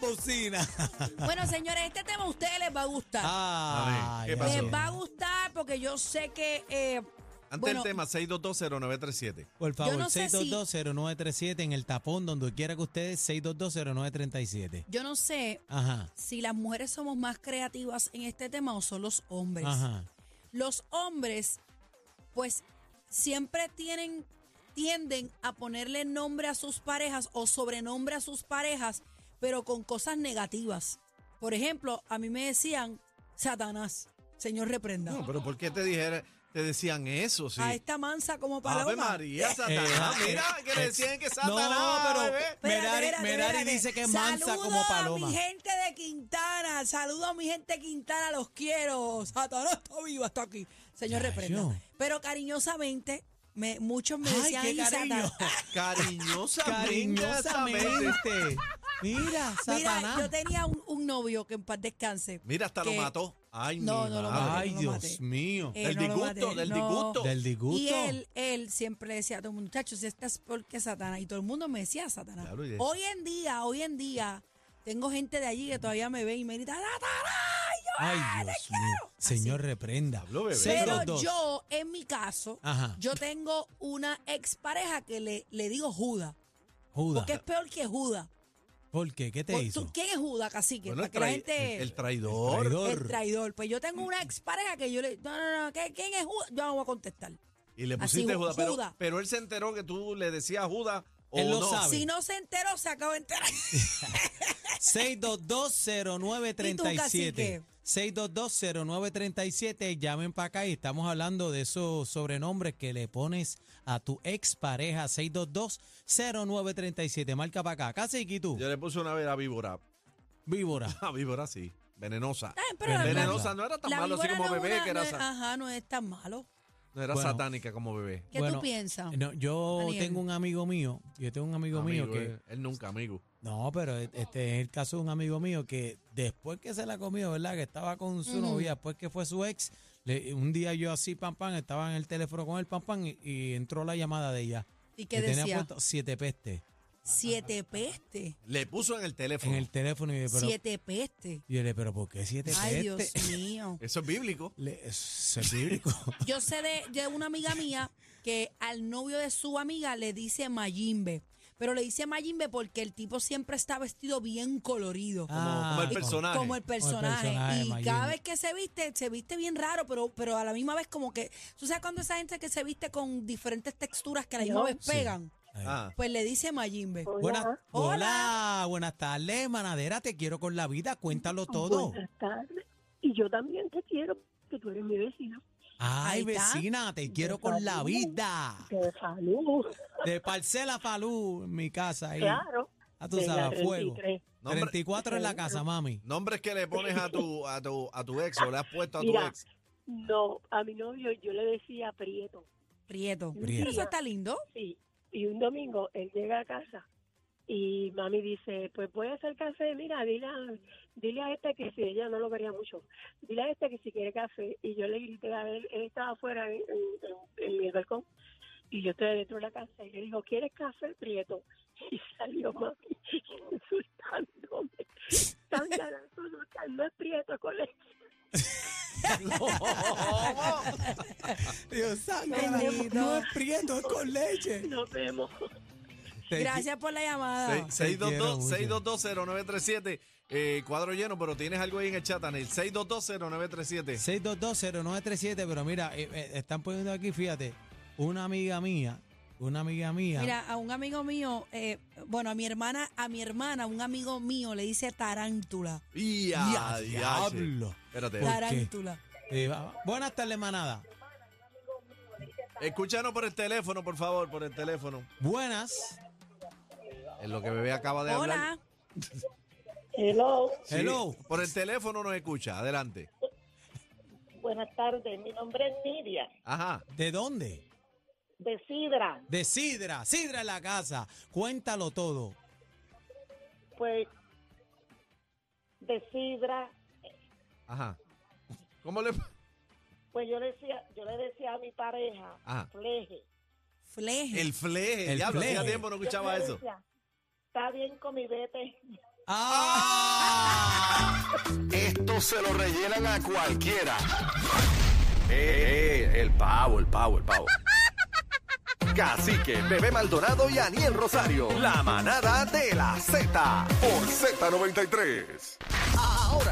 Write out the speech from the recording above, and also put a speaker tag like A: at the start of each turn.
A: bocinas.
B: Bueno, señores, este tema a ustedes les va a gustar.
A: Ah,
C: A ver, ¿qué pasó?
B: les va a gustar porque yo sé que. eh,
C: Antes
B: bueno,
C: el tema, 6220937.
A: Por favor,
B: Yo no sé si-
A: 6220937 en el tapón, donde quiera que ustedes, 6220937.
B: yo no sé
A: Ajá,
B: si las mujeres somos más creativas en este tema o son los hombres.
A: ajá.
B: Los hombres, pues, siempre tienen, tienden a ponerle nombre a sus parejas o sobrenombre a sus parejas, pero con cosas negativas. Por ejemplo, a mí me decían Satanás, Señor reprenda.
C: No, pero ¿por qué te dijera, te decían eso? Sí.
B: A esta mansa como paloma. Eh,
C: Ave María, Satanás.
A: Ajá,
C: mira,
A: eh,
C: que le
A: eh,
C: decían que
A: no,
C: Satanás,
A: pero-
C: bebé.
B: Espérate,
A: Merari-
B: espérate,
A: Merari
B: espérate.
A: dice que es mansa
B: Saludo
A: como
B: a
A: paloma.
B: mi gente de Quintana, saludo a mi gente de Quintana, los quiero. Satanás está vivo, está aquí. Señor
A: Yayo.
B: reprenda. Pero cariñosamente, me- muchos me
A: Ay,
B: decían
A: qué
B: "Ay,
A: cariño".
B: Satanás".
C: Cariñosamente.
A: Cariñosamente. Mira,
B: Mira,
A: Satanás.
B: yo tenía un, un novio que en paz descanse.
C: Mira, hasta
B: que-
C: lo mató. Ay,
B: No,
C: mi
B: no lo
C: madre.
B: maté.
A: Ay,
B: no lo maté.
A: Dios mío.
B: Eh,
C: Del
B: no lo
C: disgusto,
B: maté,
C: del
B: no.
C: disgusto.
A: Del disgusto.
B: Y él, él siempre le decía a todo el mundo, muchachos, si estás porque Satanás. Y todo el mundo me decía Satanás.
C: Claro, y es-
B: hoy en día, hoy en día, tengo gente de allí que todavía me ve y me grita, "Satanás". Y yo,
A: Ay, Dios mío. Señor, reprenda.
C: Habló, bebé.
A: Seis,
B: Pero
A: dos, dos.
B: yo, en mi caso,
A: Ajá.
B: yo tengo una expareja que le, le digo Juda,
A: Judas.
B: porque es peor que Juda.
A: ¿Por qué? ¿Qué te
B: Por-
A: hizo?
B: ¿tú- ¿Quién es Juda, cacique?
C: Bueno,
B: Para
C: el,
B: que la
C: trai-
B: gente...
C: el traidor.
A: El traidor.
B: El traidor. Pues yo tengo una expareja que yo le... No, no, no, ¿qué- ¿quién es Juda? Yo no voy a contestar.
C: Y le
B: Así,
C: pusiste Judas. Pero,
B: Judas.
C: pero él se enteró que tú le decías Judas. O
A: Él lo
C: no.
A: sabe.
B: Si no se enteró, se acaba de enterar.
A: 6220937. 6220937. Llamen para acá y estamos hablando de esos sobrenombres que le pones a tu expareja. 6220937. Marca para acá. Casi y tú.
C: Yo le puse una vez a víbora.
A: Víbora.
C: A víbora sí. Venenosa.
B: Está bien, pero la-
A: Venenosa.
C: Venenosa no era tan
B: la
C: malo así
B: víbora
C: como
B: no es
C: bebé,
B: una- ah.
C: que
B: no
C: era,
B: es-
C: sa-
B: Ajá, no es tan malo.
C: no era
A: Bueno.
C: satánica como bebé.
B: ¿Qué
A: Bueno, eh,
B: tú piensas?
A: No, yo
B: Daniel.
A: tengo un amigo mío. Yo tengo un amigo, mío
C: Amigo,
A: que.
C: eh. Él nunca, amigo.
A: No, pero e- este es el caso de un amigo mío que después que se la comió, ¿verdad? Que estaba con su
B: Ujú.
A: novia, después que fue su ex, le- un día yo así, pam, pam, estaba en el teléfono con el pam, pam, y, y entró la llamada de ella.
B: ¿Y
A: que
B: qué
A: tenía
B: decía?
A: puesto siete pestes
B: Siete peste.
C: Le puso en el teléfono.
A: en el teléfono. Y yo, pero,
B: Siete peste.
A: y yo le, pero ¿por qué siete
B: Ay, Dios
A: pestes?
B: mío.
C: Eso es bíblico.
A: Le- eso es bíblico.
B: Yo sé de, de una amiga mía que al novio de su amiga le dice Mayimbe. Pero le dice Mayimbe porque el tipo siempre está vestido bien colorido.
C: como el
A: Ah,
C: personaje.
B: Como el personaje.
A: personaje,
B: y
A: Mayimbe.
B: cada vez que se viste, se viste bien raro, pero, pero a la misma vez como que... ¿Tú sabes cuando esa gente que se viste con diferentes texturas que a la misma vez
A: Sí.
B: pegan?
A: Ahí.
C: Ah.
B: Pues le dice Mayimbe.
A: Buenas,
D: Hola,
A: hola.
B: Hola.
A: buenas tardes, manadera, te quiero con la vida, cuéntalo todo.
D: buenas tardes. Y yo también te quiero, que tú eres mi vecino.
B: Ahí
A: Ay,
B: está.
A: vecina, te quiero con la vida.
D: Que salud,
A: De Parcela Falú, en mi casa ahí.
D: claro.
A: A tu
D: de la
A: Ah, sabes, fuego.
D: 33.
C: Nombre-
A: 34 en la casa, mami.
C: Nombres que le pones a tu, a tu, a tu ex o le has puesto a tu
D: Mira.
C: ex.
D: No, a mi novio yo le decía Prieto.
B: Prieto.
A: Prieto.
B: Eso está lindo.
D: Sí. Y un domingo él llega a casa y mami dice, pues voy a hacer café, mira, dile a, dile a esta que si ella no lo quería mucho, dile a esta que si quiere café. Y yo le grité a él, él estaba afuera en, en- en- en el balcón y yo estoy dentro de la casa y le digo, ¿quieres café, Prieto? Y salió mami insultándome. Tan garazo, no, no es Prieto con leche.
C: Oh,
A: Dios santo,
B: bendito.
A: no es prieto, es con leche.
D: Nos vemos.
B: Gracias por la llamada.
C: Seis- 622
A: Te quiero
C: 6220937. Eh, cuadro lleno, pero tienes algo ahí en el chat, Anel. 6220937.
A: 6220937, pero mira, eh, eh, están poniendo aquí, fíjate, una amiga mía, una amiga mía.
B: Mira, a un amigo mío, eh, bueno, a mi hermana, a mi hermana, un amigo mío le dice tarántula.
C: Y
A: Ya,
C: a diache.
A: diablo.
C: Espérate.
A: Por-
B: Tarántula.
A: Eh, va- buenas tardes, manada.
C: Escúchanos por el teléfono, por favor, por el teléfono.
A: Buenas.
C: Es lo que bebé acaba de hablar.
B: Hola.
D: Hello,
C: Sí,
A: Hello.
C: Por el teléfono nos escucha. Adelante.
D: buenas tardes. Mi nombre es Nidia,
C: Ajá.
A: ¿De dónde?
D: de Sidra.
A: De Sidra. Sidra en la casa. Cuéntalo todo.
D: pues de sidra,
C: Ajá. ¿Cómo le.?
D: pues yo le decía, yo le decía a mi pareja,
C: Ajá.
D: fleje.
B: Fleje.
C: El fleje.
A: El
C: diablo, hacía
A: fleje.
C: tiempo no escuchaba
D: Yo le
C: eso.
D: decía, Está bien con mi vete.
A: ¡Ah!
C: Esto se lo rellenan a cualquiera. Eh, eh, el pavo, el pavo, el pavo. Cacique, Bebé Maldonado y Aniel Rosario. La manada de la Z por Z93. Ahora,